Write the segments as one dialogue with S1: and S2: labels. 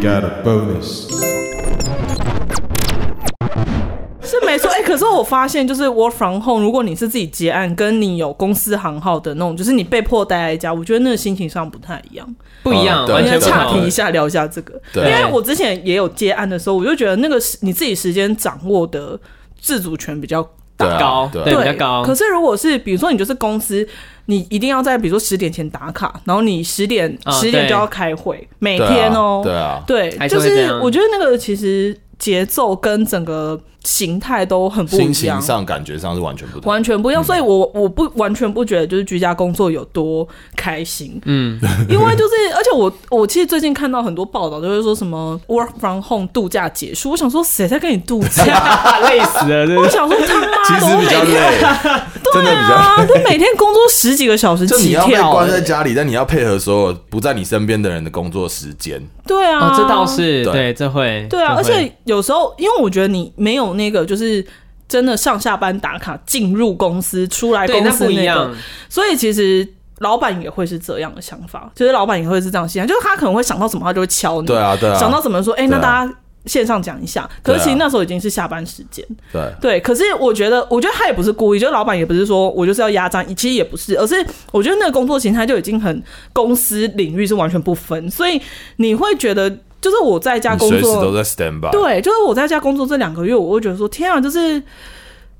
S1: got a bonus.
S2: 是没错，哎、可是我发现就是 work from home，如果你是自己接案，跟你有公司行号的那种，就是你被迫待在家，我觉得那个心情上不太一样。
S3: 不一样，
S4: 啊对
S3: 完
S2: 我
S3: 全
S2: 先
S3: 不
S2: 岔
S3: 同
S2: 题一。下，聊一下这个，因
S4: 对
S2: 为我之前也有接案的时候，我就觉得那个是你自己时间掌握的自主权比较
S4: 对啊
S3: 高
S4: 对啊
S3: 对比较高
S2: 可是如果是比如说你就是公司，你一定要在比如说十点前打卡，然后你十点
S3: 啊
S2: 十点
S3: 对
S2: 就要开会，每
S4: 对啊
S2: 天哦，
S4: 对啊，
S2: 对，
S3: 还是
S2: 就
S3: 会这
S2: 是
S3: 样
S2: 我觉得那个其实节奏跟整个形态都很不
S4: 心
S2: 一样
S4: 情。上嗯感觉上是完全不同。
S2: 完全不一样，所以我我不完全不觉得就是居家工作有多开心，
S3: 嗯，
S2: 因为就是而且我我其实最近看到很多报道，就是说什么 work from home 度假结束，我想说谁在跟你度假？
S3: 累死了，真
S2: 我
S3: 的
S2: 想说他
S4: 其
S2: 妈的，
S4: 实
S2: 我
S4: 比
S2: 每
S4: 较
S2: 天
S4: 累，真的比较。
S2: 啊，他每天工作十几个小时
S4: 就你
S2: 起
S4: 要被
S2: 跳、
S4: 关在
S2: 欸
S4: 家里，但你要配合所有不在你身边的人的工作时间。
S2: 对啊，
S3: 哦，这倒是
S4: 对
S3: 对，这会
S2: 对啊，
S3: 这
S2: 而
S3: 会
S2: 且有时候，因为我觉得你没有那个就是。真的上下班打卡，进入公司，出来
S3: 对
S2: 公
S3: 那
S2: 司、那
S3: 不一
S2: 个
S3: 样，
S2: 所以其实老板也会是这样的想法，就是老板也会是这样想，就是他可能会想到什么，他就会敲你。
S4: 对啊，对啊，
S2: 想到怎么说，
S4: 对
S2: 哎、
S4: 啊
S2: 那大家线上讲一下。可是其实那时候已经是下班时间，
S4: 对啊
S2: 对。可是我觉得，我觉得他也不是故意，就是老板也不是说我就是要压榨你，其实也不是，而是我觉得那个工作形态就已经很公司领域是完全不分，所以你会觉得，就是我在家
S4: 你
S2: 工
S4: 随时
S2: 作
S4: 都在 stand by。，
S2: 对，就是我在家工作这两个月，我会觉得说，天啊，就是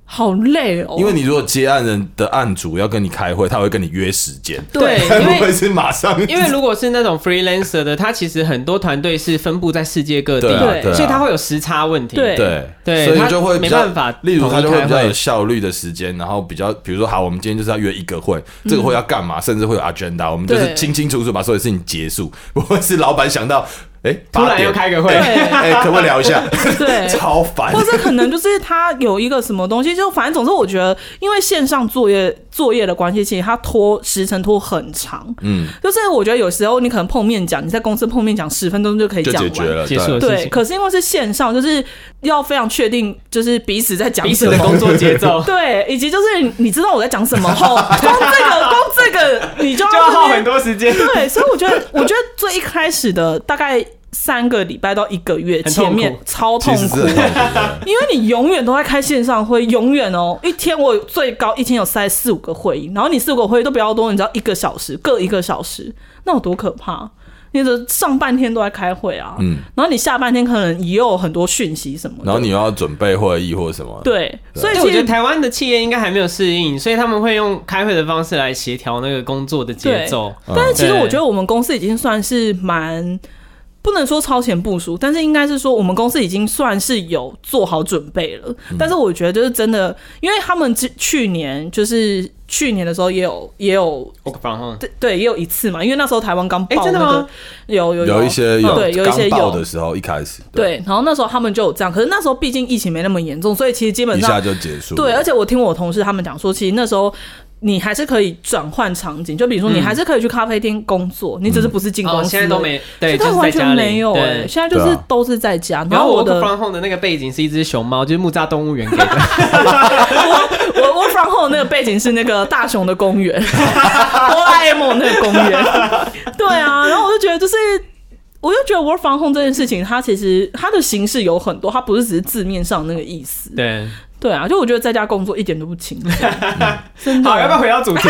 S2: 好累哦。
S4: 因为你如果接案人的案主要跟你开会，他会跟你约时间，
S3: 对，
S4: 会
S3: 因
S4: 不会
S3: 为。
S4: 是马上？
S3: 因为如果是那种 freelancer 的，他其实很多团队是分布在世界各地，
S4: 对
S2: 啊对
S3: 所以他会有时差问题。
S2: 对
S4: 对
S3: 对
S4: 所以
S3: 他
S4: 就会比较
S3: 没办法
S4: 例如他就
S3: 统
S4: 会
S3: 一开
S4: 比较
S3: 会
S4: 有效率的时间，然后比较，比如说好，我们今天就是要约一个会，这个会要干嘛，甚至会有 agenda，我们就是
S2: 对
S4: 清清楚楚把所有事情结束，不会是老板想到，哎，
S3: 突然
S4: 8点
S3: 又开个会
S4: 哎哎，可不可以聊一下？
S2: 对
S4: 超烦
S2: 或。者可能就是他有一个什么东西， 就反正总之，我觉得因为线上作业作业的关系，其实他拖时程拖很长。
S4: 嗯，
S2: 就是我觉得有时候你可能碰面讲，你在公司碰面讲十分钟就可以
S4: 就
S2: 讲
S4: 解决
S2: 完。
S4: 了，
S3: 结束
S4: 对
S3: 了事
S2: 对，
S3: 情，
S2: 可是因为是线上，就是要非常确定，就是彼此在讲
S3: 彼此
S2: 什
S3: 的
S2: 么。
S3: 工作节奏
S2: 对，以及就是你知道我在讲什么后，光这个光这个你就
S3: 就要
S2: 要
S3: 耗很多时间。
S2: 对，所以我觉得，我觉得最一开始的大概三个礼拜到一个月，
S3: 很痛苦
S2: 前面超痛
S4: 其实
S2: 苦
S4: 是，很痛苦的
S2: 因为你永远都在开线上会，永远哦，一天我最高一天有塞四五个会议，然后你四五个会议都不要多，你知道一个小时各一个小时，那有多可怕？你的上半天都在开会啊，
S4: 嗯
S2: 然后你下半天可能也有很多讯息什么的，
S4: 然后你又要准备会议或什么，
S2: 对，所以
S3: 对，
S2: 其
S3: 我觉
S2: 实
S3: 得台湾的企业应该还没有适应，所以他们会用开会的方式来协调那个工作的节奏。
S2: 但是其实
S3: 对
S2: 我觉得我们公司已经算是蛮。不能说超前部署，但是应该是说我们公司已经算是有做好准备了。
S4: 嗯
S2: 但是我觉得就是真的，因为他们之去年就是去年的时候也有也有
S3: Work from home，
S2: 对对也有一次嘛，因为那时候台湾刚
S3: 哎
S2: 爆
S3: 真的
S2: 那个
S3: 吗
S2: 有有
S4: 有一些有
S2: 对有一些
S4: 刚爆
S2: 有
S4: 的时候一开始，
S2: 对，然后那时候他们就有这样，可是那时候毕竟疫情没那么严重，所以其实基本
S4: 一
S2: 上
S4: 下就结束了，
S2: 对，而且我听我同事他们讲说，其实那时候你还是可以转换场景，就比如说你还是可以去咖啡厅工作，你只
S4: 嗯
S2: 是不是进公司、
S3: 嗯哦，现在都。没，对，
S2: 现
S3: 就
S2: 在
S3: 是在
S2: 完
S3: 家
S2: 全
S3: 里
S2: 没有哎、
S3: 对。
S2: 现在就
S4: 对
S2: 是
S4: 啊
S2: 都是在家。然
S3: 然
S2: 后
S3: 后
S2: 我
S3: 我
S2: 的
S3: Work from home 的那个背景是一只熊猫，就是木栅动物园给的。
S2: 我我 from home 那个背景是那个大雄的公 园，哆啦 A 梦那个公园。对啊，然后我就觉得就是。我就觉得 work from home 这件事情，它其实它的形式有很多，它不是只是字面上那个意思。
S3: 对，
S2: 对 啊，就我觉得在家工作一点都不轻松，真的。
S3: 好，要不要回到主题？